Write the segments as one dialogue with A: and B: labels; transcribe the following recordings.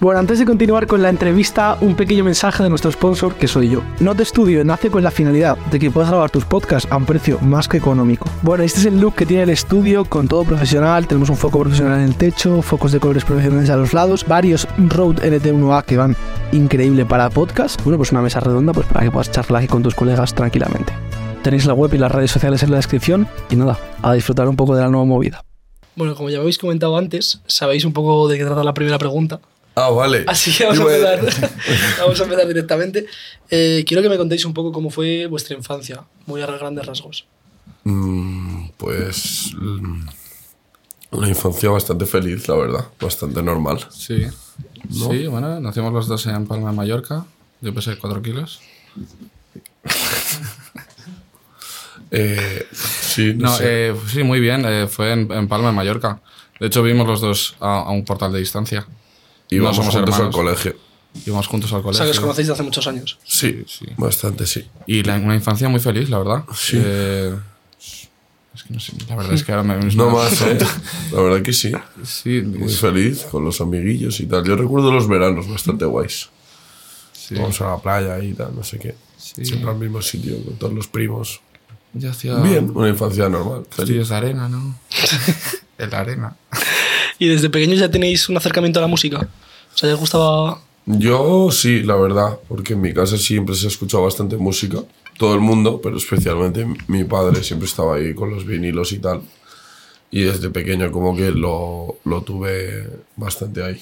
A: Bueno, antes de continuar con la entrevista, un pequeño mensaje de nuestro sponsor, que soy yo. Note Studio nace con la finalidad de que puedas grabar tus podcasts a un precio más que económico. Bueno, este es el look que tiene el estudio, con todo profesional. Tenemos un foco profesional en el techo, focos de colores profesionales a los lados, varios Rode NT1A que van increíble para podcast. Bueno, pues una mesa redonda pues para que puedas charlar aquí con tus colegas tranquilamente. Tenéis la web y las redes sociales en la descripción y nada, a disfrutar un poco de la nueva movida.
B: Bueno, como ya me habéis comentado antes, sabéis un poco de qué trata la primera pregunta.
C: Ah, vale.
B: Así que vamos,
C: Digo, eh,
B: a, empezar, vamos a empezar directamente. Eh, quiero que me contéis un poco cómo fue vuestra infancia, muy a grandes rasgos.
C: Mm, Pues mm, una infancia bastante feliz, la verdad, bastante normal.
D: Sí. Sí, bueno, nacimos los dos en Palma de Mallorca. Yo pesé 4 kilos.
C: Eh, sí, no,
D: No,
C: sé.
D: eh, sí, muy bien. eh, fue en, en Palma de Mallorca. De hecho, vivimos los dos a, a un portal de distancia.
C: Íbamos
D: no somos
C: juntos al
D: hermanos.
C: colegio.
D: Íbamos juntos al
B: O
D: colegio.
B: sea, que os conocéis de hace muchos años.
C: Sí,
D: Sí.
C: bastante sí.
D: Y la- una infancia muy feliz, la verdad.
C: Sí.
D: Eh, es que no sé, la verdad es que ahora me...
C: No más, eh. la verdad que sí.
D: Sí,
C: Muy feliz con los amiguillos y tal. Yo recuerdo los veranos bastante guays.
D: sí.
C: Vamos a la playa y tal, no sé qué.
D: Sí. Ah.
C: Siempre al mismo sitio con todos los primos.
D: Yo hacía
C: Bien, una infancia normal. Feliz.
D: castillos de arena, ¿no? en la arena.
B: Y desde pequeños ya tenéis un acercamiento a la música. O sea, ya os gustaba.
C: Yo sí, la verdad, porque en mi casa siempre se ha escuchado bastante música. Todo el mundo, pero especialmente mi padre siempre estaba ahí con los vinilos y tal. Y desde pequeño como que lo, lo tuve bastante ahí.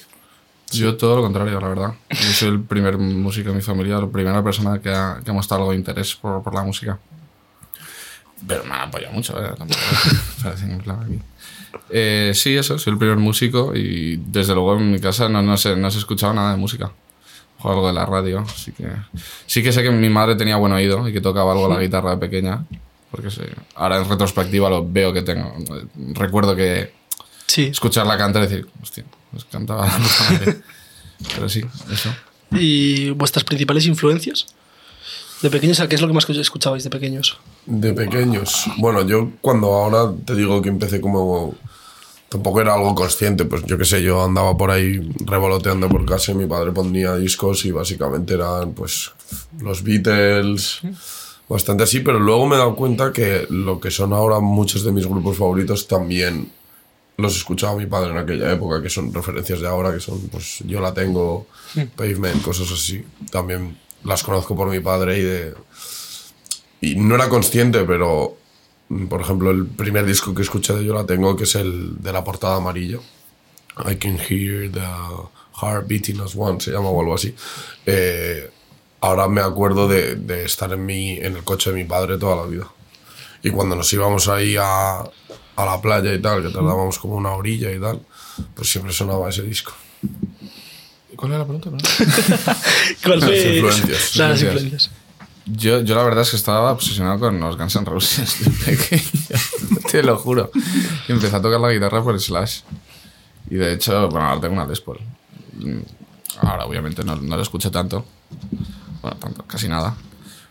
D: Pues Yo todo lo contrario, la verdad. Yo soy el primer músico de mi familia, la primera persona que ha, que ha mostrado algo de interés por, por la música. Pero me han apoyado mucho, ¿eh? Tampoco- parece que en plan aquí. Eh, sí, eso, soy el primer músico y desde luego en mi casa no, no, se, no se escuchaba nada de música. O algo de la radio, así que... Sí que sé que mi madre tenía buen oído y que tocaba algo la guitarra de pequeña, porque sí, ahora en retrospectiva lo veo que tengo... Recuerdo que
B: Sí.
D: escucharla cantar y decir, hostia, pues cantaba la puta madre". Pero sí, eso.
B: ¿Y vuestras principales influencias? De pequeños, ¿a qué es lo que más escuchabais de pequeños?
C: De pequeños. Bueno, yo cuando ahora te digo que empecé como... Tampoco era algo consciente, pues yo qué sé, yo andaba por ahí revoloteando por casa y mi padre ponía discos y básicamente eran pues los Beatles, bastante así, pero luego me he dado cuenta que lo que son ahora muchos de mis grupos favoritos también los escuchaba mi padre en aquella época, que son referencias de ahora, que son, pues yo la tengo, Pavement, cosas así. También las conozco por mi padre y de... Y no era consciente, pero mm, por ejemplo, el primer disco que escuché de Yo la tengo, que es el de la portada amarillo. I can hear the heart beating as one, se llama o algo así. Eh, ahora me acuerdo de, de estar en, mi, en el coche de mi padre toda la vida. Y cuando nos íbamos ahí a, a la playa y tal, que tardábamos como una orilla y tal, pues siempre sonaba ese disco.
D: ¿Cuál era la pregunta? perdón?
B: ¿Cuál
C: Las
B: fue-
C: influencias.
B: Claro, las
D: Influencias.
B: influencias.
D: Yo, yo la verdad es que estaba obsesionado con los Guns N' Roses de pequeño. Te lo juro. Y empecé a tocar la guitarra por Slash. Y de hecho, bueno, ahora tengo una Les Paul. Mm, Ahora obviamente no, no lo escucho tanto. Bueno, tanto, casi nada.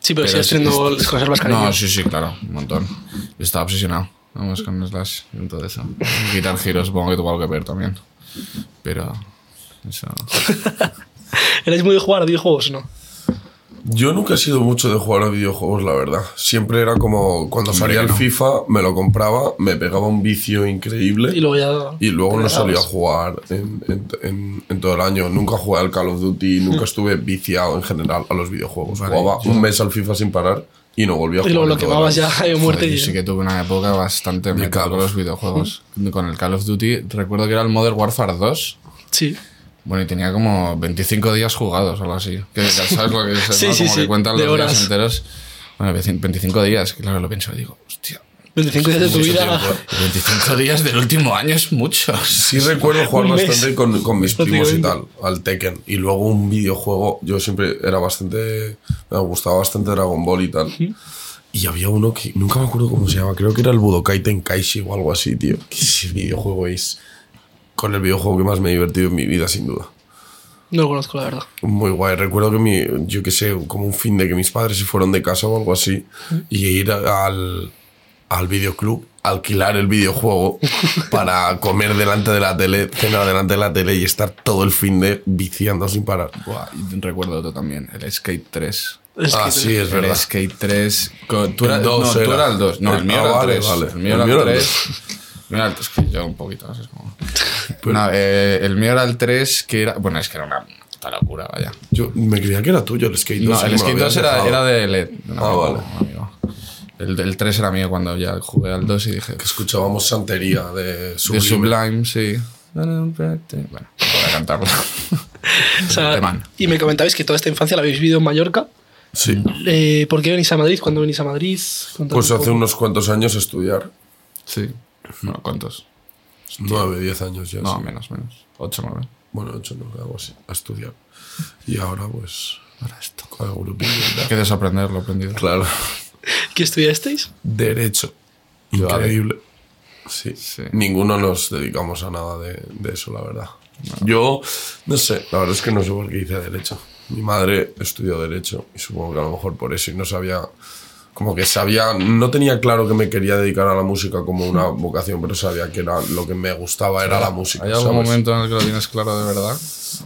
B: Sí, pero,
D: Pero
B: sigues
D: sí,
B: teniendo
D: es-
B: las conservas cariño.
D: No, sí, sí, claro, un montón. Yo estaba obsesionado. Vamos con Slash y todo eso. Guitar Hero supongo que tuvo algo que ver también. Pero... Eso...
B: ¿Erais muy de jugar a videojuegos o no?
C: Yo nunca he sido mucho de jugar a videojuegos, la verdad. Siempre era como cuando salía el
D: no.
C: FIFA, me lo compraba, me pegaba un vicio increíble
B: Y luego ya.
C: y luego no
B: Te
C: salía a
B: dejabas.
C: jugar en, en- en- en todo el año. Nunca jugué al Call of Duty, nunca estuve viciado en general a los videojuegos. Jugaba un mes al FIFA sin parar y no volvía
B: Y
C: a jugar.
B: luego lo
C: en todo el
B: quemabas
C: año.
B: ya de muerte.
D: Joder,
B: Y,
D: yo sí que tuve una época bastante metido
C: Call
D: con
C: of.
D: los videojuegos. Con el Call of Duty, recuerdo que era el Modern Warfare 2.
B: sí.
D: Bueno, y tenía como 25 días jugados o algo así. Que, que ¿Sabes lo que es?
B: Sí,
D: ¿no?
B: sí,
D: como
B: sí,
D: que cuentan
B: de
D: los
B: horas.
D: días enteros. Bueno, 25 días, que claro, lo pienso y digo, hostia.
B: 25 días de tu
D: mucho
B: vida.
D: tiempo. 25 días del último año es mucho.
C: Sí recuerdo jugar
B: Un mes.
C: bastante con, con mis primos y tal,
B: Prácticamente.
C: al Tekken. Y luego un videojuego, yo siempre era bastante... Me gustaba bastante Dragon Ball y tal. Y había uno que nunca me acuerdo cómo se llama, creo que era el Budokai Tenkaichi o algo así, tío. Que ese videojuego es con el videojuego que más me he divertido en mi vida, sin duda.
B: No lo conozco, la verdad.
C: Muy guay. Recuerdo que mi, yo qué sé, como un fin de que mis padres se fueron de casa o algo así y ir a- al, al videoclub alquilar el videojuego para comer delante de la tele, cenar delante de la tele y estar todo el fin de viciando sin parar.
D: Buah, y recuerdo otro también, el Skate 3.
B: Es
C: ah,
B: que-
C: sí, es
D: El
C: verdad.
D: Skate 3. con- tú
C: El
D: eras,
C: dos
D: no, tú
C: era.
D: eras el 2. No,
C: El-
D: el, mío
C: ah,
D: era el
C: vale,
D: 3.
C: vale.
D: El mío
C: El
D: era
C: mío
D: el
C: era el
D: 3. El mío era el 3, que yo un poquito, no sé cómo. No, eh, el mío era el 3, que era. Bueno, es que era una puta locura, vaya.
C: Yo me creía que era tuyo el Skate 2.
D: No,
C: y me
D: el
C: lo
D: Skate 2
C: habías
D: era,
C: dejado.
D: era de LED. de un
C: Ah,
D: amigo,
C: vale.
D: un amigo. El, el 3 era mío cuando ya jugué al 2 y dije.
C: Que escuchábamos santería de
D: De
C: Sublime.
D: Sublime, sí. Bueno, voy a cantarlo.
B: o sea,
D: Temán.
B: y me comentabais que toda esta infancia la habéis vivido en Mallorca.
C: Sí.
D: Mm.
B: Eh, ¿Por qué venís a Madrid? ¿Cuándo venís a Madrid? Contadme
C: Pues
B: un
C: hace
B: poco.
C: unos cuantos años estudiar.
D: Sí. Bueno, ¿cuántos?
C: Nueve, diez años ya.
D: No,
C: sí.
D: menos, menos. 8, 9.
C: Bueno, ocho, no, algo así. A estudiar. Y ahora pues... Ahora esto. Con el grupillo y
D: Hay
C: tal.
D: que desaprenderlo lo aprendido.
C: Claro.
B: ¿Qué estudiasteis?
C: Derecho.
D: Vale.
C: Increíble. Sí.
D: Sí.
C: Ninguno nos dedicamos a nada de, de eso, la verdad. Yo, no sé, la verdad es que no sé por qué hice Derecho. Mi madre estudió Derecho y supongo que a lo mejor por eso y no sabía. Como que sabía, no tenía claro que me quería dedicar a la música como una vocación, pero sabía que era lo que me gustaba era la música.
D: ¿Hay algún
C: ¿sabes?
D: momento en el que lo tienes claro de verdad?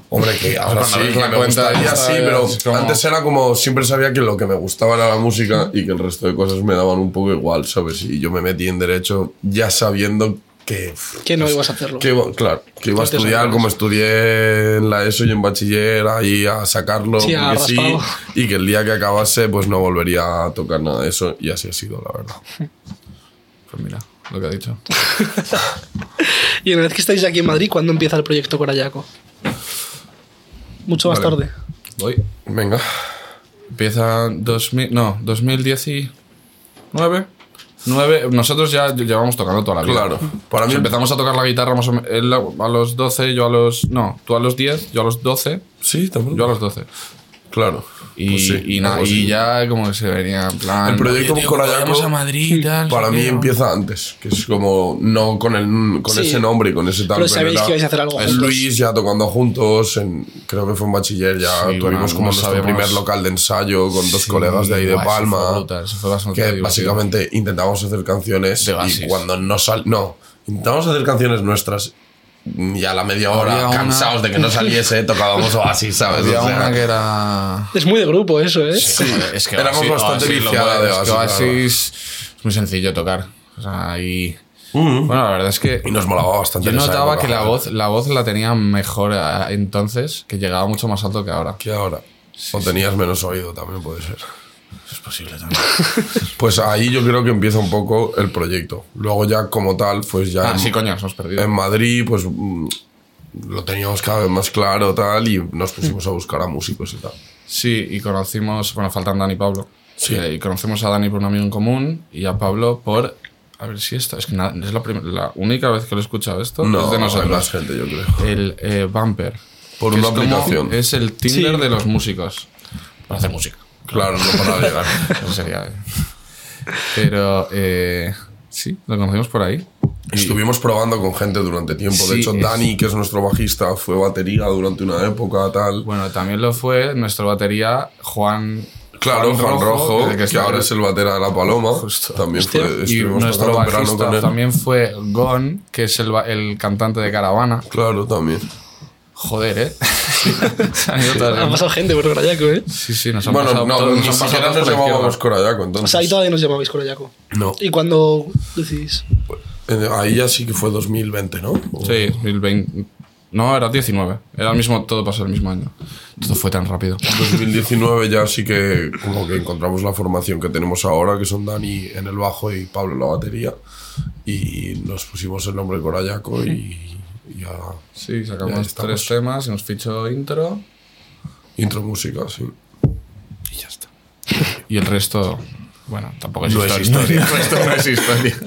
C: Hombre, que ahora
D: Cuando
C: sí,
D: ves
C: que
D: la
C: me
D: cuenta,
C: gustaría,
D: ya
C: sí,
D: sabes,
C: pero
D: es como-
C: antes era como, siempre sabía que lo que me gustaba era la música y que el resto de cosas me daban un poco igual, ¿sabes? Y yo me metí en derecho ya sabiendo que...
B: Que no ibas a hacerlo.
C: Pues que iba- claro, que iba a
B: Antes
C: estudiar
B: sabías.
C: como estudié en la ESO y en bachiller, ahí a sacarlo,
B: Sí, a
C: porque sí,
B: raspado.
C: y que el día que acabase pues no volvería a tocar nada de eso y así ha sido, la verdad.
D: Pues mira, lo que ha dicho.
B: Y una vez que estáis aquí en Madrid, ¿cuándo empieza el proyecto Corayaco? Mucho más
C: Vale.
B: tarde.
D: Voy.
C: Venga,
D: Empieza 2000, no, 2019. 9, nosotros ya llevamos tocando toda la vida.
C: claro. Para
D: O
C: mí
D: sea, empezamos a tocar la guitarra más o menos él a los 12, yo a los. No, tú a los 10, yo a los 12,
C: Sí, también.
D: yo a los 12.
C: Claro.
D: Y,
C: Pues sí,
D: y, nada,
C: algo así.
D: y ya como que se venía en plan.
C: El proyecto
D: "Oye, tío,
C: Corayaco
D: vayamos a Madrid y tal.
C: Para mí
D: tío".
C: empieza antes, que es como no con, el, con
B: Sí.
C: ese nombre y con ese tal.
B: Pero sabéis
C: era
B: que ibais a hacer algo
C: en
B: juntos.
C: Luis ya tocando juntos, en- creo que fue en bachiller, ya
D: Sí, bueno,
C: tuvimos como
D: no
C: nuestro
D: sabemos.
C: primer local de ensayo con dos
D: Sí,
C: colegas de ahí de
D: guau, eso fue
C: Palma,
D: brutal, eso fue bastante
C: que
D: divertido.
C: básicamente intentábamos hacer canciones
D: De
C: y
D: bases.
C: cuando no sal... No, intentábamos hacer canciones nuestras y a la media hora,
D: Había una-
C: cansados de que no saliese, tocábamos Oasis, ¿sabes?
D: Había
C: O sea,
D: una que era.
B: Es muy de grupo eso, ¿eh?
C: Sí,
D: Es que
C: éramos
D: Oasis-
C: bastante
D: Oasis lo
C: viciada de
D: puedes- es que
C: Oasis, la verdad.
D: Oasis es muy sencillo tocar. O sea, y. Bueno, la verdad es que.
C: Y nos molaba bastante.
D: Yo
C: en esa
D: notaba
C: época,
D: que la
C: joder.
D: voz, la voz la tenía mejor eh, entonces, que llegaba mucho más alto que ahora.
C: que ahora. o tenías menos oído, también puede ser.
D: Es posible también.
C: Pues ahí yo creo que empieza un poco el proyecto. Luego ya como tal, pues ya
D: Ah,
C: en,
D: sí, coño, nos hemos perdido.
C: en Madrid, pues mm, lo teníamos cada vez más claro tal y nos pusimos a buscar a músicos y tal.
D: Sí, y conocimos, bueno, faltan Dani y Pablo.
C: Sí.
D: Eh, y conocemos a Dani por un amigo en común y a Pablo por. A ver si esto. Es que na- es la, prim- la única vez que lo he escuchado esto.
C: Este No,
D: es de
C: hay
D: nosotros.
C: más gente, yo creo.
D: El eh, Bumper.
C: Por
D: que
C: una
D: es como-
C: aplicación.
D: Es el Tinder
B: Sí.
D: de los músicos. Para hacer música.
C: Claro, no para llegar.
D: Eso sería. eh. Pero. eh, sí, lo conocimos por ahí.
C: Estuvimos probando con gente durante tiempo.
D: Sí,
C: de hecho,
D: es-
C: Dani, que es nuestro bajista, fue batería durante una época tal.
D: Bueno, también lo fue nuestro batería Juan.
C: Claro, Juan Rojo,
D: el
C: que,
D: está-
C: ahora es el batera de la Paloma. También
B: Hostia.
C: fue,
D: Y
C: estuvimos
D: nuestro
C: tocando un verano con
D: bajista
C: él.
D: también fue Gon, que es el, ba- el cantante de Caravana.
C: Claro, también.
D: Joder, ¿eh? Se han ido todas
B: Ha
D: las-
B: pasado gente por Corayaco, ¿eh?
D: sí, sí, nos han
C: Bueno,
D: pasado
C: no,
D: todos-
C: ni
D: han pasado
C: siquiera
D: todos
C: nos
D: por la
C: llamábamos
D: izquierda.
C: Corayaco,
B: O
C: entonces.
B: sea, ahí todavía nos llamabais Corayaco.
C: No.
B: ¿Y cuando decís?
C: Eh, Ahí ya sí que fue 2020, ¿no? O-
D: Sí, 2020. No, era 19. Era el mismo, todo pasó el mismo año. Todo fue tan rápido.
C: 2019 ya sí que como que encontramos la formación que tenemos ahora, que son Dani en el bajo y Pablo en la batería. Y nos pusimos el nombre Corayaco y ya
D: Sí,
C: Ya
D: sacamos
C: estamos.
D: tres temas y nos fichó intro.
C: intro música, sí. Y ya está.
D: Y el resto, bueno, tampoco Pues es
C: No es
D: historia.
C: historia.
D: El resto no es historia.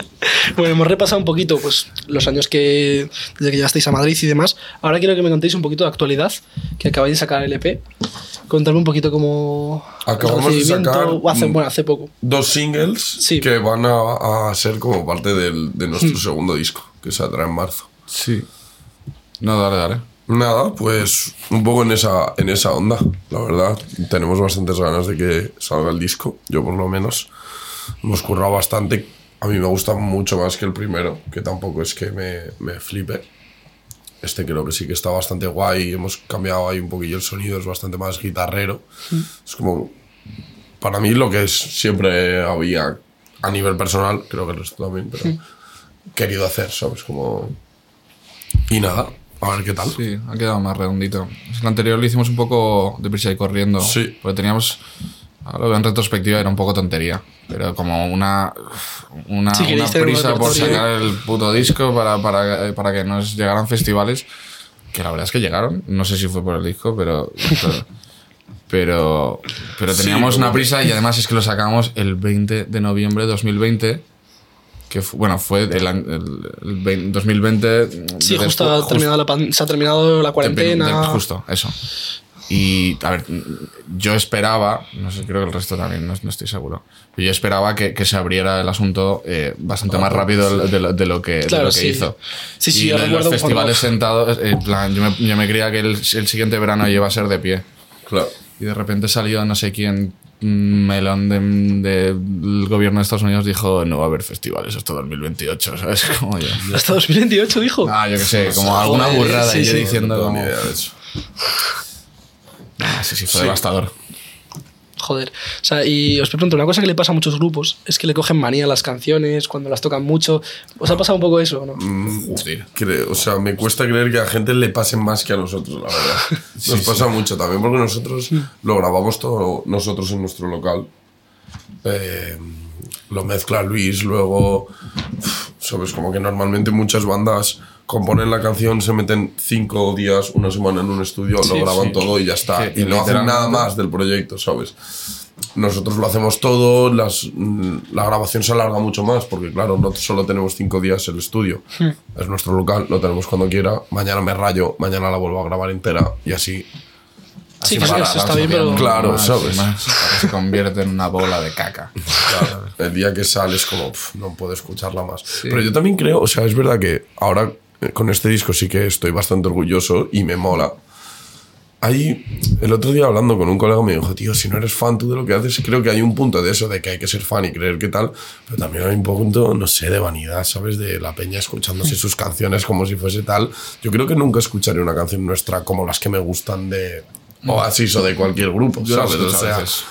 B: Bueno, hemos repasado un poquito pues, los años que, desde que llegasteis a Madrid y demás. Ahora quiero que me contéis un poquito de actualidad, que acabáis de sacar el EP. Contadme un poquito cómo... el
C: Acabamos de
B: recibimiento,
C: sacar-
B: o Hace, bueno, hace poco.
C: Dos singles
B: Sí. Mm.
C: que van a, a ser como parte del- de nuestro segundo disco, que saldrá en marzo.
D: Sí. No, dale, dale.
C: Nada, pues un poco en esa, en esa onda, la verdad. Tenemos bastantes ganas de que salga el disco, yo por lo menos. Hemos currado bastante a mí me gusta mucho más que el primero, que tampoco es que me, me flipe. Este creo que sí que está bastante guay, hemos cambiado ahí un poquillo el sonido, es bastante más guitarrero. Es como, para mí lo que es, siempre había a nivel personal, creo que el resto también, pero querido hacer, ¿sabes? Como... Y nada, a ver qué tal.
D: Sí, ha quedado más redondito. Es que el anterior lo hicimos un poco deprisa y corriendo.
C: Sí.
D: Porque teníamos. Ahora lo veo en retrospectiva, era un poco tontería. Pero como una, una,
B: Sí, que
D: una
B: diste
D: prisa
B: un
D: por
B: repertorio.
D: sacar el puto disco para, para, para que nos llegaran festivales. Que la verdad es que llegaron. No sé si fue por el disco, pero. pero pero, pero
C: Sí,
D: teníamos
C: como-
D: una prisa y además es que lo sacamos el 20 de noviembre de 2020 que fu- bueno fue el, an- el- el vein- 2020
B: Sí,
D: después-
B: justo, ha terminado la pan- se ha terminado la
D: del-
B: cuarentena.
D: del- justo, eso. Y, a ver, yo esperaba, no sé, creo que el resto también, no, no estoy seguro, pero yo esperaba que, que se abriera el asunto eh, bastante más rápido de, lo- de lo que, de
B: Ah, Claro,
D: lo que
B: sí.
D: hizo.
B: Sí, sí,
D: y
B: yo
D: lo de los
B: recuerdo cuando-
D: festivales sentados, eh, en plan, yo me, yo me creía que el, el siguiente verano iba a ser de pie.
C: Claro.
D: Y de repente salió no sé quién mm, melón de- del gobierno de Estados Unidos dijo no va a haber festivales hasta 2028, ¿sabes? Como yo.
B: Hasta 2028, dijo.
D: Ah, yo qué sé, como alguna
B: Joder,
D: burrada
B: sí,
D: y yo
B: sí.
D: diciendo
C: no tengo
D: como...
C: ni idea de eso.
D: Ah, sí, sí, fue
C: Sí.
D: devastador.
B: Joder. O sea, y os pregunto, una cosa que le pasa a muchos grupos es que le cogen manía a las canciones cuando las tocan mucho. ¿Os ha pasado un poco eso o no?
D: Joder.
C: Creo- o sea, me cuesta creer que a gente le pase más que a nosotros, la verdad. Nos pasa mucho también porque nosotros lo grabamos todo nosotros en nuestro local. Eh, lo mezcla Luis, luego, uf, sabes, como que normalmente muchas bandas componen la canción, se meten cinco días, una semana en un estudio,
B: Sí,
C: lo graban
D: sí.
C: todo y ya está.
D: Sí,
C: y no hacen
D: literalmente.
C: nada más del proyecto, ¿sabes? Nosotros lo hacemos todo, las, mm, la grabación se alarga mucho más, porque claro, no solo tenemos cinco días el estudio, es nuestro local, lo tenemos cuando quiera, mañana me rayo, mañana la vuelvo a grabar entera y así.
B: Sí,
D: Así
B: que sí,
D: para
B: que eso
D: la
B: está bien,
D: asociación,
B: pero.
C: Claro,
D: más y
C: ¿sabes?
D: más, ahora se convierte en una bola de caca.
C: El día que sales como, "Pf, no puedo escucharla más. Pero yo también creo, o sea, es verdad que ahora eh, con este disco sí que estoy bastante orgulloso y me mola. Ahí, el otro día hablando con un colega me dijo, tío, si no eres fan tú de lo que haces, creo que hay un punto de eso, de que hay que ser fan y creer que tal, pero también hay un punto, no sé, de vanidad, ¿sabes? De la peña escuchándose sus canciones como si fuese tal. Yo creo que nunca escucharé una canción nuestra como las que me gustan de Oasis o de cualquier grupo,
D: Yo lo
C: ¿sabes? O
D: escucho
C: sea,
D: a veces.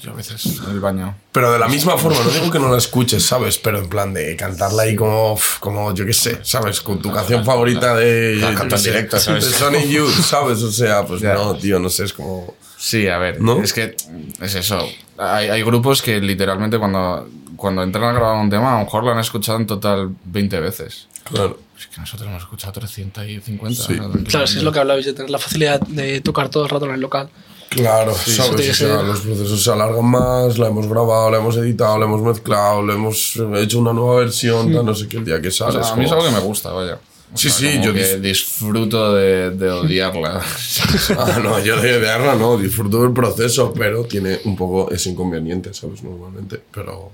D: Yo a veces en el baño.
C: pero de la misma forma, no digo que no la escuches, ¿sabes? Pero en plan de cantarla ahí como, uf, como yo qué sé, ¿sabes? Con tu canción favorita de.
D: la cantas
C: yo qué sé,
D: directa, ¿sabes?
C: De Sonic Youth, ¿sabes? O sea, pues
D: Ya.
C: no, tío, no sé, es como.
D: Sí, a ver,
C: ¿No?
D: es que es eso. Hay, hay grupos que literalmente cuando, cuando entran a grabar un tema, a lo mejor lo han escuchado en total 20 veces.
C: Claro.
D: Es que nosotros hemos escuchado 350.
C: Sí.
D: ¿no?
B: Claro, si es lo que hablabais, de tener la facilidad de tocar todo el rato en el local.
C: Claro,
B: eso
C: ¿sabes?
B: tiene
C: O
B: que
C: sea,
B: ser-
C: los procesos se alargan más, la hemos grabado, la hemos editado, la hemos mezclado, la hemos hecho una nueva versión, tal, no sé qué, el día que
D: O
C: sales.
D: sea, a mí es
C: como-
D: algo que me gusta, vaya. O
C: Sí, sí,
D: como
C: yo
D: que
C: dis-
D: disfruto de, de odiarla.
C: Ah, no, yo de guerra no, disfruto del proceso, pero tiene un poco ese inconveniente, ¿sabes? Normalmente, pero.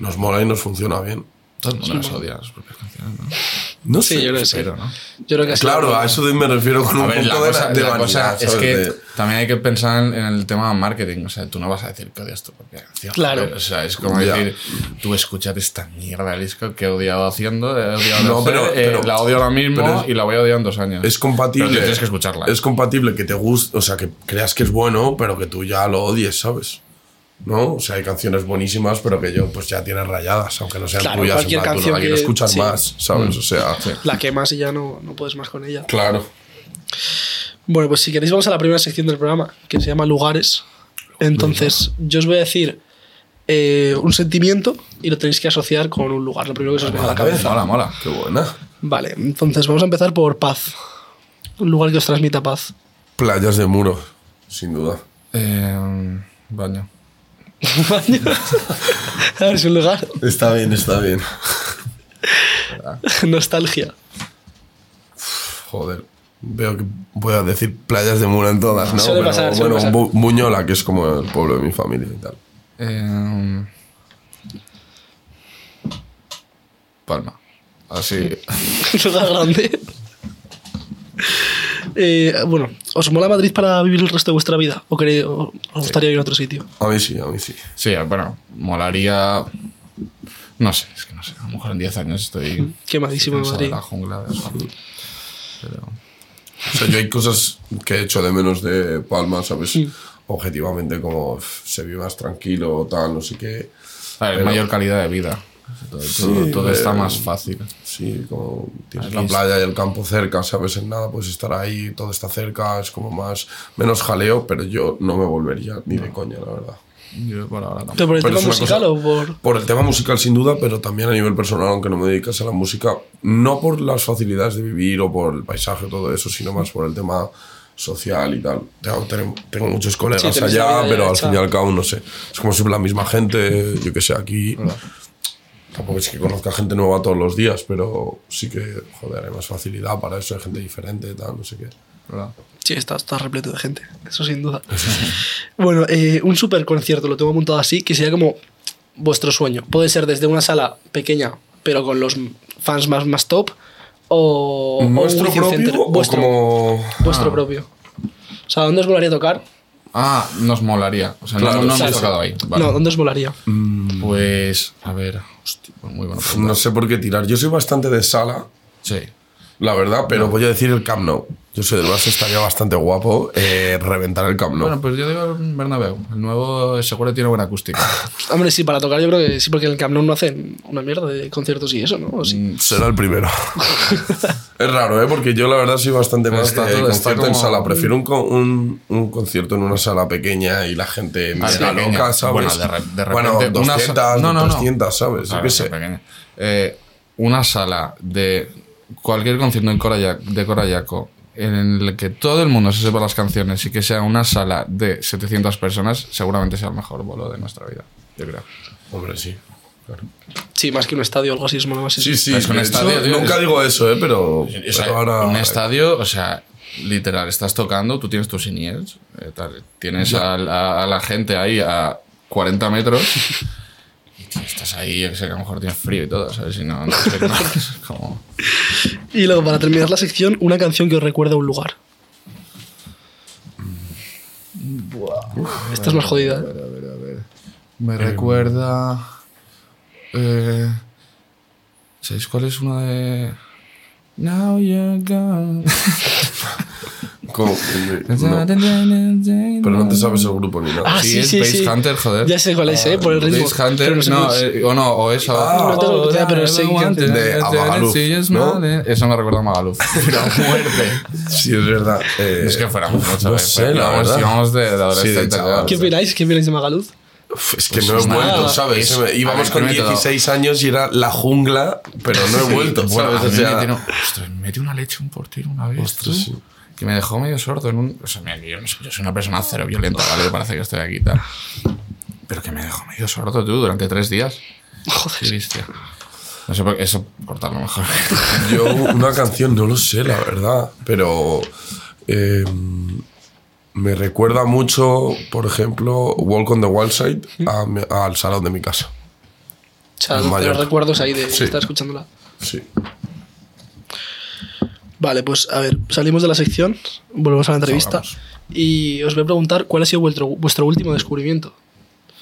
C: Nos mola y nos funciona bien.
D: Todo el mundo las odia, las propias canciones, ¿no?
C: No
B: Sí, yo creo que sí.
D: Pero, ¿no?
B: Yo creo que ha sido
C: Claro,
B: como-
C: a eso de- me refiero con
D: A
C: un
D: ver, la
C: poco de,
D: cosa,
C: la, de
D: la
C: vanidad,
D: cosa es
C: ¿sabes?
D: que
C: De-
D: también hay que pensar en, en el tema marketing. O sea, tú no vas a decir que odias tu propia canción.
B: Claro.
D: joder. O sea, es como
C: Ya.
D: decir, tú escuchas esta mierda de disco que he odiado haciendo, he odiado
C: No,
D: no, pero,
C: pero- pero-
D: la odio ahora mismo
C: pero es-
D: y la voy a odiar en dos años.
C: es compatible.
D: Pero tienes que escucharla.
C: Es compatible que te guste, o sea, que creas que es bueno, pero que tú ya lo odies, ¿sabes? ¿No? O sea, hay canciones buenísimas, pero que yo, pues ya tiene rayadas, aunque no sean
B: Claro,
C: tuyas. en
B: cualquier
C: plan, tú no
B: canción
C: la quiero
B: que-
C: escuchar
B: sí.
C: más,
D: Mm.
C: ¿sabes? O sea,
B: La quemas y ya no, no puedes más con ella.
C: claro.
B: Bueno, pues si queréis vamos a la primera sección del programa, que se llama Lugares. Entonces, yo os voy a decir eh, un sentimiento y lo tenéis que asociar con un lugar, lo primero que se os venga a la cabeza.
D: Mola, mola.
C: Qué buena.
B: Vale, entonces vamos a empezar por paz. Un lugar que os transmita paz.
C: Playas de muro, sin duda.
D: Eh, baño.
B: Baño. a ver, es un lugar.
C: Está bien, está bien.
B: Nostalgia.
C: Joder. Veo que voy a decir playas de muro en todas, ¿no?
B: Suele pasar, suele
C: bueno,
B: pasar.
C: Bu- Buñola, que es como el pueblo de mi familia y tal.
D: Eh, palma. Así.
B: Un lugar grande. Eh, bueno, ¿os mola Madrid para vivir el resto de vuestra vida? ¿O, queréis- o- os gustaría ir a otro sitio?
C: A mí sí, a mí sí.
D: Sí, bueno, molaría. No sé, es que no sé. A lo mejor en 10 años estoy.
B: Quemadísimo en
D: cansado
B: Madrid.
D: de la jungla de Madrid. Pero.
C: O sea, yo hay cosas que he hecho de menos de Palma, ¿sabes? Objetivamente, como pff, se vive más tranquilo, tal, no sé qué.
D: A ver,
C: Pero-
D: mayor calidad de vida. Todo, todo- todo está más fácil.
C: Sí, como tienes
D: Aquí
C: la
D: es-
C: playa y el campo cerca, ¿sabes? En nada, puedes estar ahí, todo está cerca, es como más, menos jaleo, pero yo no me volvería ni de coña, la verdad.
D: Yo por ahora tampoco.
B: ¿Pero por el
C: Pero
B: tema
C: es una
B: musical
C: cosa-
B: o por.?
C: Por el tema musical, sin duda, pero también a nivel personal, aunque no me dedicas a la música, no por las facilidades de vivir o por el paisaje o todo eso, sino más por el tema social y tal. Tengo, tengo- tengo muchos colegas
B: Sí, tenéis la
C: allá,
B: vida ya
C: pero al
B: hecha.
C: fin y al cabo, no sé. Es como siempre la misma gente, yo que sé, aquí. Tampoco es que conozca gente nueva todos los días, pero sí que, joder, hay más facilidad para eso, hay gente diferente, tal, no sé qué.
D: ¿verdad?
B: Sí, está, está repleto de gente, eso sin duda. bueno, eh, un super concierto, lo tengo montado así, que sería como vuestro sueño. Puede ser desde una sala pequeña, pero con los fans más, más top, o. o un
C: ¿Vuestro
B: Wizzing Center,
C: propio o
B: vuestro,
C: como...?
B: vuestro
D: Ah.
B: propio. O sea, ¿dónde os molaría tocar?
D: Ah, nos molaría. O sea, no-
C: Claro,
D: no,
B: claro.
D: hemos tocado ahí. Vale. Mm.
B: No, ¿dónde os molaría?
D: Pues, a ver. Hostia, pues muy bueno.
C: No sé por qué tirar. Yo soy bastante de sala,
D: Sí.
C: La verdad, pero voy a decir el Camp Nou. Yo soy del Barça, estaría bastante guapo eh, reventar el Camp Nou.
D: Bueno, pues yo digo el Bernabéu. El nuevo eh, seguro tiene buena acústica.
B: Hombre, sí, para tocar yo creo que sí, porque en el Camp Nou no hacen una mierda de conciertos y eso, ¿no? ¿O
D: Mm.
B: sí?
C: Será el primero. es raro, ¿eh? Porque yo la verdad soy bastante más
D: Está
C: de
D: todo- está
C: concierto en
D: como-
C: sala. Prefiero un, co- un, un concierto en una sala pequeña y la gente me
D: Así pequeña.
C: loca, ¿sabes?
D: Bueno, de, re- de repente
C: Bueno,
D: una
C: 200,
D: sa- no, no, no.
C: 300, ¿sabes? Yo
D: Claro,
C: qué
D: es
C: sé.
D: pequeña. Eh, una sala de cualquier concierto en Coraya- de Corayaco en el que todo el mundo se sepa las canciones y que sea una sala de 700 personas, seguramente sea el mejor bolo de nuestra vida, yo creo.
C: Hombre, sí. claro.
B: Sí, más que un estadio o algo así, es mola más eso.
C: Sí, sí.
D: Es que un
C: de hecho,
D: estadio, tío,
C: nunca
D: es-
C: digo eso, ¿eh? Pero,
D: O sea,
C: pero ahora...
D: un estadio, o sea, literal, estás tocando, tú tienes tus iniers, eh, tal, tienes al- a, a la gente ahí a 40 metros y tío, estás ahí, yo que sé, que a lo mejor tienes frío y todo, ¿sabes? Y no, no sé, no, es como...
B: Y luego, para terminar la sección, una canción que os recuerda a un lugar. Esta es más jodida, ¿eh?
D: Me recuerda... Eh, ¿Sabéis cuál es una de...? Now you're gone.
C: como- no. Pero no te sabes el grupo ni nada.
B: Ah,
D: sí,
B: sí,
D: es
B: sí,
D: Base
B: sí.
D: Hunter, joder.
B: Ya sé cuál es, ¿eh? Por el ritmo.
D: Days Hunter,
B: Pero
D: no,
B: sé cómo es.
D: eh, o no, o esa.
C: Ah,
D: o-
B: no tengo ni idea, pero sí que-
C: de a Magaluf, ¿no?
D: Eso me recuerda a Magaluf. La muerte.
C: Sí, es verdad. Eh,
D: es que fuéramos mucho.
C: no
D: eh,
C: sé,
D: pero
C: la
D: vamos,
C: verdad.
D: íbamos de, de
C: Sí, de
D: adolescente.
C: chaval.
B: ¿Qué opináis? ¿Qué opináis de Magaluz?
C: Uf, Es que no he
D: es
C: vuelto,
B: nada.
C: ¿sabes?
D: Pues Es-
C: Se me- íbamos
D: a ver,
C: con
D: primero de todo.
C: 16 años y era la jungla, pero no he vuelto,
D: Bueno,
C: ¿sabes?
D: a
C: O
D: mí
C: sea,
D: me tiró- ostras, me metió una leche un portero una vez.
C: Ostras,
D: tú,
C: sí.
D: Que me dejó medio sordo en un. O sea, mira, que yo, no soy- yo soy una persona cero violenta, ¿vale? Parece que estoy aquí y tal. Pero que me dejó medio sordo, tú, durante tres días.
B: Joder.
D: Sí, hostia. No sé por qué. Eso, cortarlo mejor.
C: yo una canción no lo sé, la verdad, pero eh, me recuerda mucho, por ejemplo, Walk on the Wild Side a mi- al salón de mi casa.
B: O sea,
C: Es
B: de
C: mayor.
B: los recuerdos ahí de
C: Sí.
B: estar escuchándola.
C: Sí.
B: Vale, pues a ver, salimos de la sección, volvemos a la entrevista.
D: Vamos.
B: Y os voy a preguntar cuál ha sido vuestro, vuestro último descubrimiento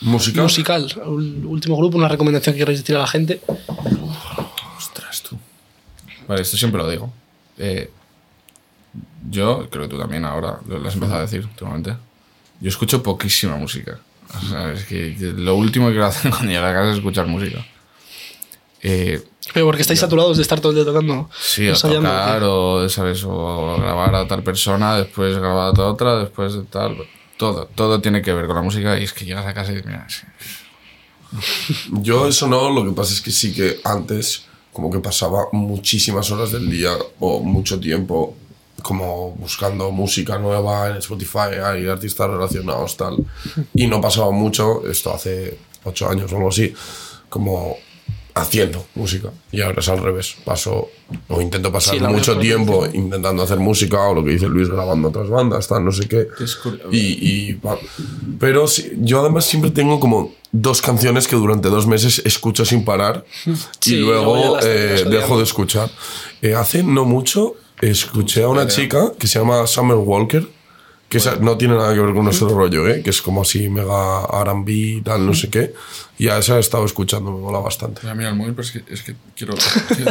C: ¿Música?
B: musical. Un último grupo, una recomendación que queréis decir a la gente.
D: Ostras, tú. Vale, esto siempre lo digo. Eh, yo, creo que tú también ahora lo lo has empezado a decir últimamente. Yo escucho poquísima música. O sea, es que lo último que quiero hacer cuando llegue a casa es escuchar música. Eh,
B: Pero porque estáis saturados de estar todo el día tocando.
D: sí, o
B: ensayando,
D: tocar,
B: ¿qué?
D: o, ¿sabes? o grabar a tal persona, después grabar a tal otra, después de tal. Todo, todo tiene que ver con la música y es que llegas a casa y dices, mira, sí,
C: Yo eso no, lo que pasa es que sí que antes como que pasaba muchísimas horas del día o mucho tiempo como buscando música nueva en Spotify hay artistas relacionados tal y no pasaba mucho esto hace ocho años o algo así como haciendo música y ahora es al revés paso o intento pasar
B: Sí, la
C: mucho
B: mayor
C: tiempo intentando hacer música o lo que dice Luis grabando otras bandas tal no sé qué
D: Es cur-
C: y, y va- pero sí, yo además siempre tengo como dos canciones que durante dos meses escucho sin parar
B: Sí,
C: y
B: luego
C: luego
B: ya las
C: eh,
B: terminas
C: dejo
B: odiando.
C: de escuchar. Eh, hace no mucho escuché a una chica que se llama Summer Walker que esa no tiene nada que ver con nuestro rollo, ¿eh? que es como así mega R&B, tal, no sé qué. Y a esa he estado escuchando, me mola bastante.
D: Mira, mira el móvil, pero es que, es que quiero.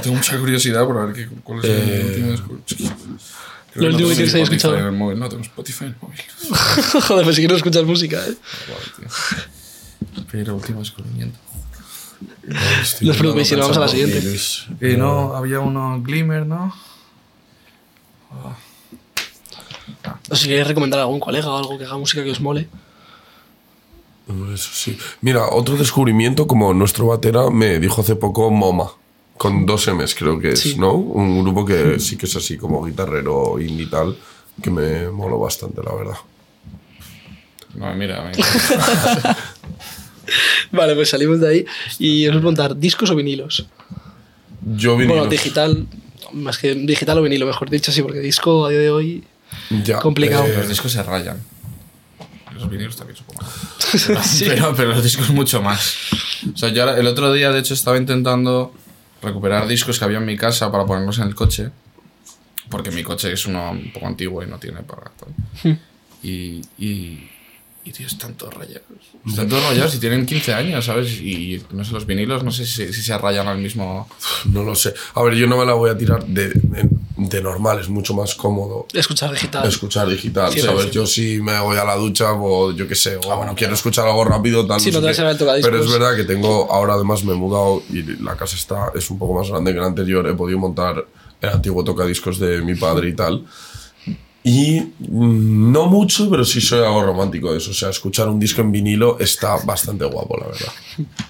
D: Tengo mucha curiosidad por ver qué, cuál es
C: Eh,
D: el último escu- es que- creo
B: Lo último que
D: tengo
B: tienes
D: ni
B: ahí
D: Spotify
B: escuchado.
D: en el móvil. No, tengo Spotify en el móvil.
B: Joder, pues si quiero escuchar música, ¿eh?
D: Guau, tío. Pero último descubrimiento.
B: No os preocupéis, si no, vamos a la siguiente.
D: Y Eh, no, había uno Glimmer, ¿no?
B: O si queréis recomendar a algún colega o algo que haga música que os mole.
C: Hombre, Eso sí. Mira, otro descubrimiento, como nuestro batera me dijo hace poco Moma, con dos M's creo que es,
B: Sí.
C: ¿no? Un grupo que sí que es así como guitarrero indie y tal, que me moló bastante, la verdad.
D: No, mira, me-
B: Vale, pues salimos de ahí y os voy a preguntar, ¿discos o vinilos?
C: Yo vine...
B: Bueno, digital, más que digital o vinilo, mejor dicho, sí, porque disco a día de hoy...
C: Ya,
B: complicado.
C: eh,
D: los discos se rayan. Los vinilos también, supongo.
B: sí.
D: Pero, pero los discos mucho más. O sea, yo ahora- el otro día, de hecho, estaba intentando recuperar discos que había en mi casa para ponerlos en el coche. Porque mi coche es uno un poco antiguo y no tiene para tal. Y, y, y, tío, están todos rayados.
C: Hmm.
D: Están todos rayados y tienen 15 años, ¿sabes? Y no sé, los vinilos, no sé si, si se rayan al mismo.
C: no lo sé. A ver, yo no me la voy a tirar de, de- de normal, es mucho más cómodo
B: Escuchar digital.
C: escuchar digital,
B: Sí,
C: ¿sabes?
B: sí. Ah,
C: Yo sí me voy a la ducha o yo qué sé, o bueno, quiero escuchar algo rápido, tal.
B: Sí,
C: no
B: no
C: sé
B: te vas a ver el
C: qué.
B: tocadiscos.
C: Pero es verdad que tengo, ahora además me he mudado y la casa está, es un poco más grande que la anterior, he podido montar el antiguo tocadiscos de mi padre y tal. Y mm, no mucho, pero sí soy algo romántico de eso. O sea, escuchar un disco en vinilo está bastante guapo, la verdad.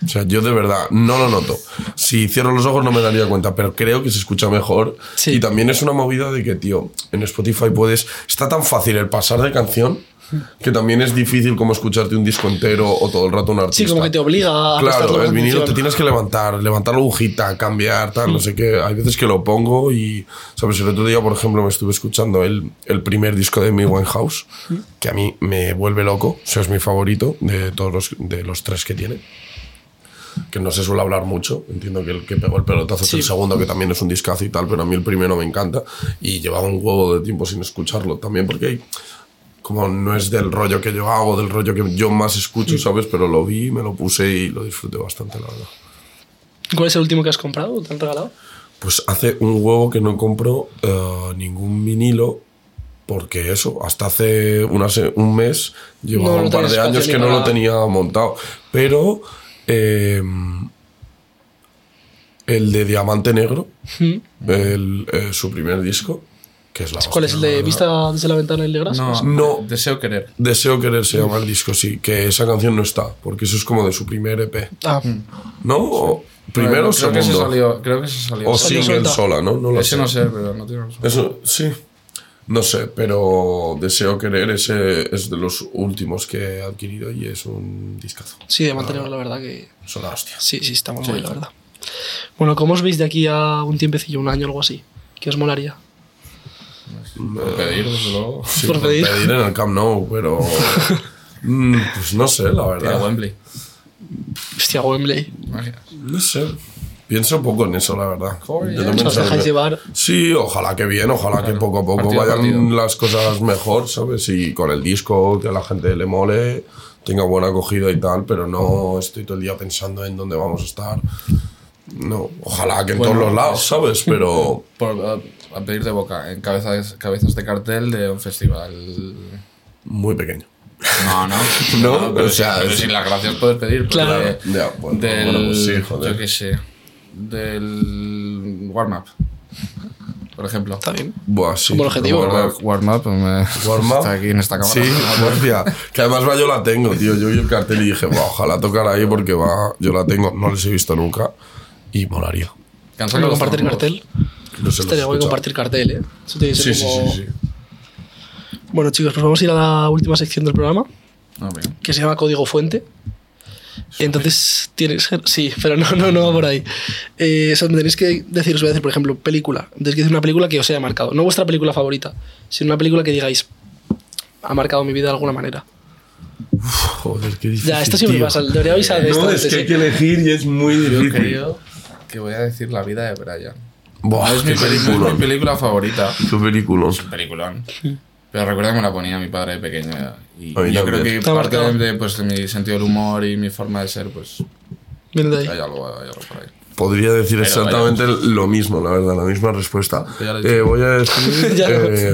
C: O sea, yo de verdad no lo noto. Si cierro los ojos no me daría cuenta, pero creo que se escucha mejor.
B: Sí.
C: Y también es una movida de que, tío, en Spotify puedes... Está tan fácil el pasar de canción que también es difícil como escucharte un disco entero o todo el rato un artista.
B: Sí, como que te obliga a prestarle
C: Claro,
B: más
C: el vinilo
B: atención.
C: te tienes que levantar, levantar la agujita, cambiar, tal,
B: Mm.
C: no sé qué. Hay veces que lo pongo y, ¿sabes? El otro día, por ejemplo, me estuve escuchando el, el primer disco de Mi Winehouse,
B: Mm.
C: que a mí me vuelve loco. O sea, es mi favorito de todos los, de los tres que tiene. Que no se suele hablar mucho. Entiendo que el que pegó el pelotazo es
B: Sí.
C: el segundo, que también es un discazo y tal, pero a mí el primero me encanta. Y llevaba un huevo de tiempo sin escucharlo también, porque hay- como no es del rollo que yo hago, del rollo que yo más escucho, ¿sabes? Pero lo vi, me lo puse y lo disfruté bastante, la verdad.
B: ¿Cuál es el último que has comprado o te han regalado?
C: Pues hace un huevo que no compro eh, ningún vinilo. Porque eso, hasta hace una se- un mes llevaba
B: No, no
C: un par
B: tenías
C: de años
B: espacio
C: que
B: ni
C: no lo
B: para-
C: tenía montado. Pero eh, el de Diamante Negro,
B: ¿Mm?
C: el, eh, su primer disco, que es la
B: ¿Cuál es el
C: hostia, la
B: de
C: verdad.
B: vista desde la ventana y de Gras?
D: No,
C: No.
D: deseo querer.
C: Deseo querer se llama el disco, sí. Que esa canción no está, porque eso es como de su primer EP.
B: Ah,
C: ¿No? O primero o
D: creo que se
C: segundo.
D: salió. Creo que se salió.
C: o
B: Salió
C: single
B: suelta.
C: sola, ¿no? No lo
D: Ese
C: sé.
D: no sé, pero no tiene razón.
C: Eso, sí. No sé, pero Deseo Querer ese es de los últimos que he adquirido y es un discazo.
B: sí, de mantenerlo, la verdad que...
C: Son la hostia.
B: Sí, sí, está muy guay, la verdad. Bueno, ¿cómo os veis de aquí a un tiempecillo, un año o algo así? ¿Qué os molaría?
D: Por pedir, desde luego.
C: Sí,
B: Por pedir.
C: pedir en el Camp Nou, pero... Mm, pues no sé, la
D: Pero
C: verdad.
D: Wembley.
B: Hostia, Wembley.
D: Imaginas.
C: No sé. Pienso poco en eso, la verdad.
D: Joder,
C: Yo
D: ya.
C: también
B: Os
C: soy-
B: dejáis llevar.
C: Sí, ojalá que bien, ojalá que poco a poco
D: partido a
C: vayan
D: partido.
C: las cosas mejor, ¿sabes? Y con el disco, que a la gente le mole, tenga buena acogida y tal, pero no estoy todo el día pensando en dónde vamos a estar. No, ojalá que en
D: Bueno,
C: todos los lados, ¿sabes? Pero
D: Por, a, a pedir de boca, en cabezas, cabezas de cartel de un festival.
C: muy pequeño.
D: No, no.
C: No,
D: pero,
C: o sea,
D: sin, pero
C: es-
D: sin las gracias puedes pedir. porque
B: Claro.
D: de-
C: Ya, bueno,
D: del,
C: bueno, pues sí, joder.
D: Yo qué sé. Del warm-up. Por ejemplo.
B: Está bien.
C: Buah, sí.
B: Como el objetivo.
C: pero bueno,
D: Warm-up. pues me-
C: Warm up.
D: Está aquí en esta cámara.
C: Sí, hostia. Que además va, yo la tengo, tío. Yo vi el cartel y dije, "Buah, ojalá tocar ahí porque va, yo la tengo. No les he visto nunca y molaría.
D: Que han
B: Bueno,
D: sacado los
B: compartir
D: trombos.
B: cartel.
C: No sé, los
B: Estaría guay
C: escuchaba.
B: compartir cartel, ¿eh? Eso tiene que
C: Sí,
B: ser
C: sí,
B: como-
C: sí, sí.
B: Bueno, chicos, pues vamos a ir a la última sección del programa,
D: No, venga.
B: que se llama Código Fuente. Entonces tienes. Sí, pero no, no, no va por ahí. Eh, o sea, me tenéis que decir, os voy a decir, por ejemplo, película. Tenéis que decir una película que os haya marcado. No vuestra película favorita, sino una película que digáis. Ha marcado mi vida de alguna manera.
C: Joder, qué difícil.
B: Ya, esto siempre
C: tío.
B: pasa. Debería avisar de esto
C: No, es
B: antes,
C: que
B: ¿eh?
C: hay que elegir y es muy
D: Yo
C: difícil.
D: creo que voy a decir la vida de Brian.
C: Buah,
D: No es mi, peli- no es mi película favorita.
C: Qué película.
D: Peliculón. Pero recuerdo que me la ponía mi padre de pequeño. Y
C: A mí
D: yo creo
C: también.
D: que
B: Está
D: parte
B: marcado.
D: de, pues, de mi sentido del humor y mi forma de ser, pues
B: Viene de
D: hay
B: ahí.
D: algo, hay algo por ahí.
C: Podría decir
D: Pero
C: exactamente lo mismo, la verdad, la misma respuesta.
D: Ya lo he dicho.
C: Eh, voy a decir.
B: Ya lo
C: eh,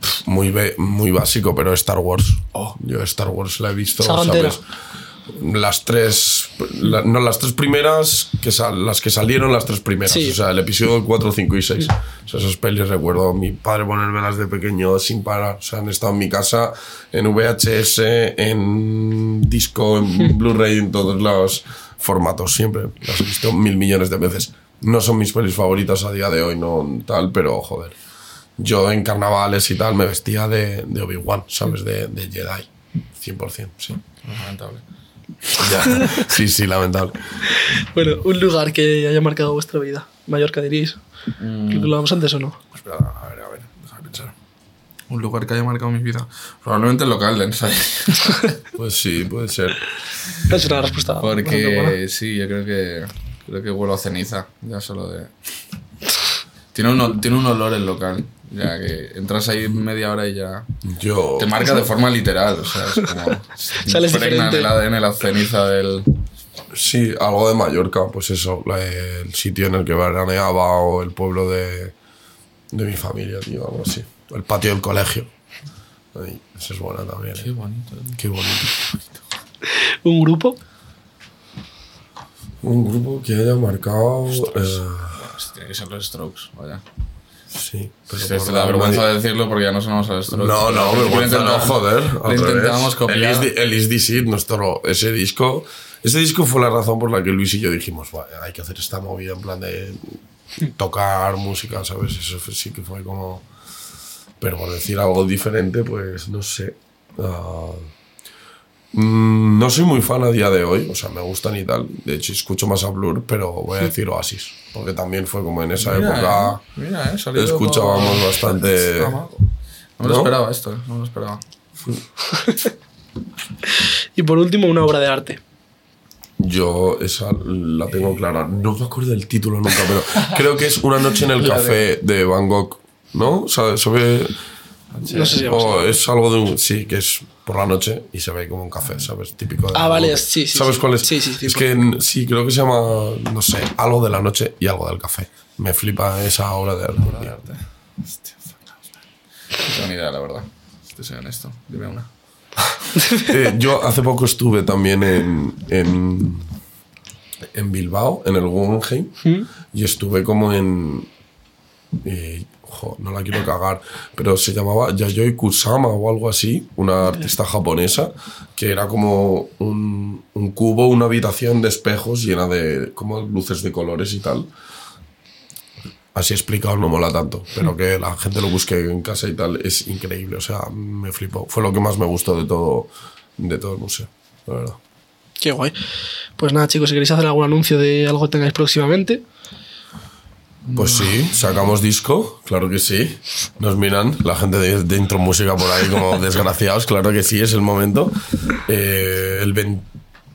C: pf, muy, be- muy básico, pero Star Wars. Oh, yo Star Wars la he visto.
B: Saga entera.
C: ¿sabes? Las tres. la- no, las tres primeras, que sal- las que salieron, las tres primeras.
B: Sí.
C: O sea, el episodio 4, 5 y 6. O sea, esas pelis recuerdo a mi padre ponérmelas de pequeño sin parar. O sea, han estado en mi casa, en VHS, en disco, en Blu-ray, en todos los formatos siempre. Las he visto mil millones de veces. No son mis pelis favoritas a día de hoy, no tal, pero joder. Yo en carnavales y tal me vestía de, de Obi-Wan, ¿sabes? De, de Jedi. 100%, sí.
D: Lamentable.
C: Ya. Sí, sí, lamentable.
B: Bueno, un lugar que haya marcado vuestra vida. Mallorca diréis.
C: Mm.
B: ¿Lo hablábamos antes o no?
C: Espera, a ver, a ver, déjame pensar.
D: Un lugar que haya marcado mi vida. Ah, Probablemente el local ¿eh? de Ensay.
C: Pues sí, puede ser.
B: Es una respuesta. bastante buena.
D: Porque sí, yo creo que creo que huelo a ceniza, ya solo de. Tiene un, ol- tiene un olor el local, ya que entras ahí media hora y ya
C: Yo.
D: te marca de forma literal, o sea, es como
B: Sales
D: impregna en
B: diferente.
D: el ADN la ceniza del
C: Sí, algo de Mallorca, pues eso, la- el sitio en el que veraneaba o el pueblo de, de mi familia, tío, algo así. El patio del colegio. Ay, eso es buena también.
D: Qué
C: ¿eh?
D: bonito.
C: Qué bonito.
B: Un grupo.
C: Un grupo que haya marcado. eh,
D: Pues tiene que ser los Strokes, vaya. Este
C: sí, pero
D: Te,
C: Pues por
D: te da
C: la-
D: vergüenza
C: nadie-
D: de decirlo porque ya no sonamos a los Strokes.
C: No, no,
D: Pero
C: vergüenza
D: lo
C: no,
D: intentamos-
C: joder.
D: Lo
C: al revés.
D: intentábamos
C: El Is
D: copiar.
C: the- El Is This It, nuestro, ese disco, ese disco fue la razón por la que Luis y yo dijimos, "Buah, hay que hacer esta movida en plan de tocar música, ¿sabes? Eso fue- sí que fue como... Pero por decir algo diferente, pues no sé. Ah, mm, no soy muy fan a día de hoy, o sea, me gustan y tal. De hecho, escucho más a Blur, pero voy a decir Oasis, porque también fue como en esa época...
D: eh, mira, eh, salido
C: Escuchábamos
D: como-
C: bastante...
D: No me lo
C: ¿No?
D: esperaba esto, eh, no me lo esperaba.
B: Y por último, una obra de arte.
C: Yo esa la tengo clara. No me acuerdo del título nunca, pero creo que es Una noche en el café de Van Gogh, ¿no? ¿Sabe? sabe-
B: No sé si vamos
C: o es algo de un... Sí, que es por la noche y se ve como un café, ¿sabes? Típico de
B: Ah,
C: Van
B: vale,
C: Gogh.
B: sí, sí,
C: ¿Sabes
B: sí.
C: cuál es?
B: Sí, sí, sí,
C: Es
B: por-
C: que n- sí, creo que se llama, no sé, algo de la noche y algo del café. Me flipa esa obra de arte.
D: No tengo ni idea, la verdad. Te soy honesto. Dime una.
C: Eh, yo hace poco estuve también en, en, en Bilbao, en el Guggenheim, y estuve como en... eh, jo, no la quiero cagar, pero se llamaba Yayoi Kusama o algo así, una artista japonesa, que era como un, un cubo, una habitación de espejos llena de como luces de colores y tal. Así explicado no mola tanto, pero que la gente lo busque en casa y tal es increíble. O sea, me flipó. Fue lo que más me gustó de todo, de todo el museo, la verdad.
B: Qué guay. Pues nada, chicos, si queréis hacer algún anuncio de algo que tengáis próximamente,
C: Pues sí, sacamos disco, claro que sí. Nos miran la gente de, de Intro Música por ahí como desgraciados, claro que sí, es el momento. Eh, el 20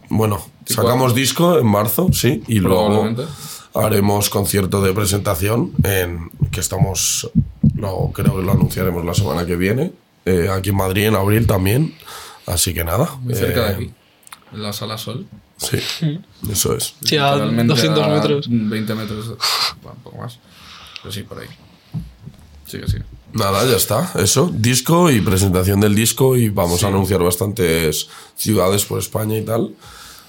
C: bueno, sacamos disco en marzo, sí, y luego
D: Probablemente.
C: haremos concierto de presentación en que estamos, lo, creo que lo anunciaremos la semana que viene, eh, aquí en Madrid en abril también. Así que nada.
D: Muy cerca de
C: eh,
D: aquí. En la sala Sol.
C: Sí, eso es.
B: sí, a
D: Literalmente
B: 200
D: a
B: metros.
D: 20 metros. de- Bueno, un poco más. Pero sí, por ahí. Sí que sí.
C: Nada, ya está. Eso, disco y presentación del disco y vamos a anunciar bastantes ciudades por España y tal.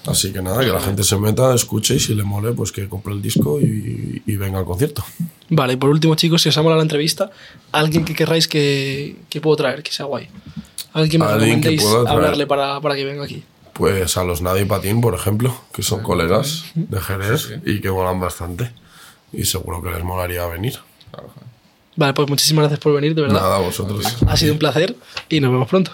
C: Así que nada, que la gente se meta, escuche y si le mole, pues que compre el disco y, y venga al concierto.
B: Vale, y por último, chicos, si os ha molado la entrevista, alguien que querráis que, que puedo traer, que sea guay. Alguien que me
C: Alguien que
B: recomendéis
C: pueda traer.
B: hablarle para, para que venga aquí.
C: Pues a los Nadie Patín, por ejemplo, que son colegas de Jerez
D: Ah, Sí, sí.
C: y que molan bastante. Y seguro que les molaría venir.
D: Claro, joder.
B: Vale, pues muchísimas gracias por venir, de verdad.
C: Nada, vosotros.
B: Ha sido un placer y nos vemos pronto.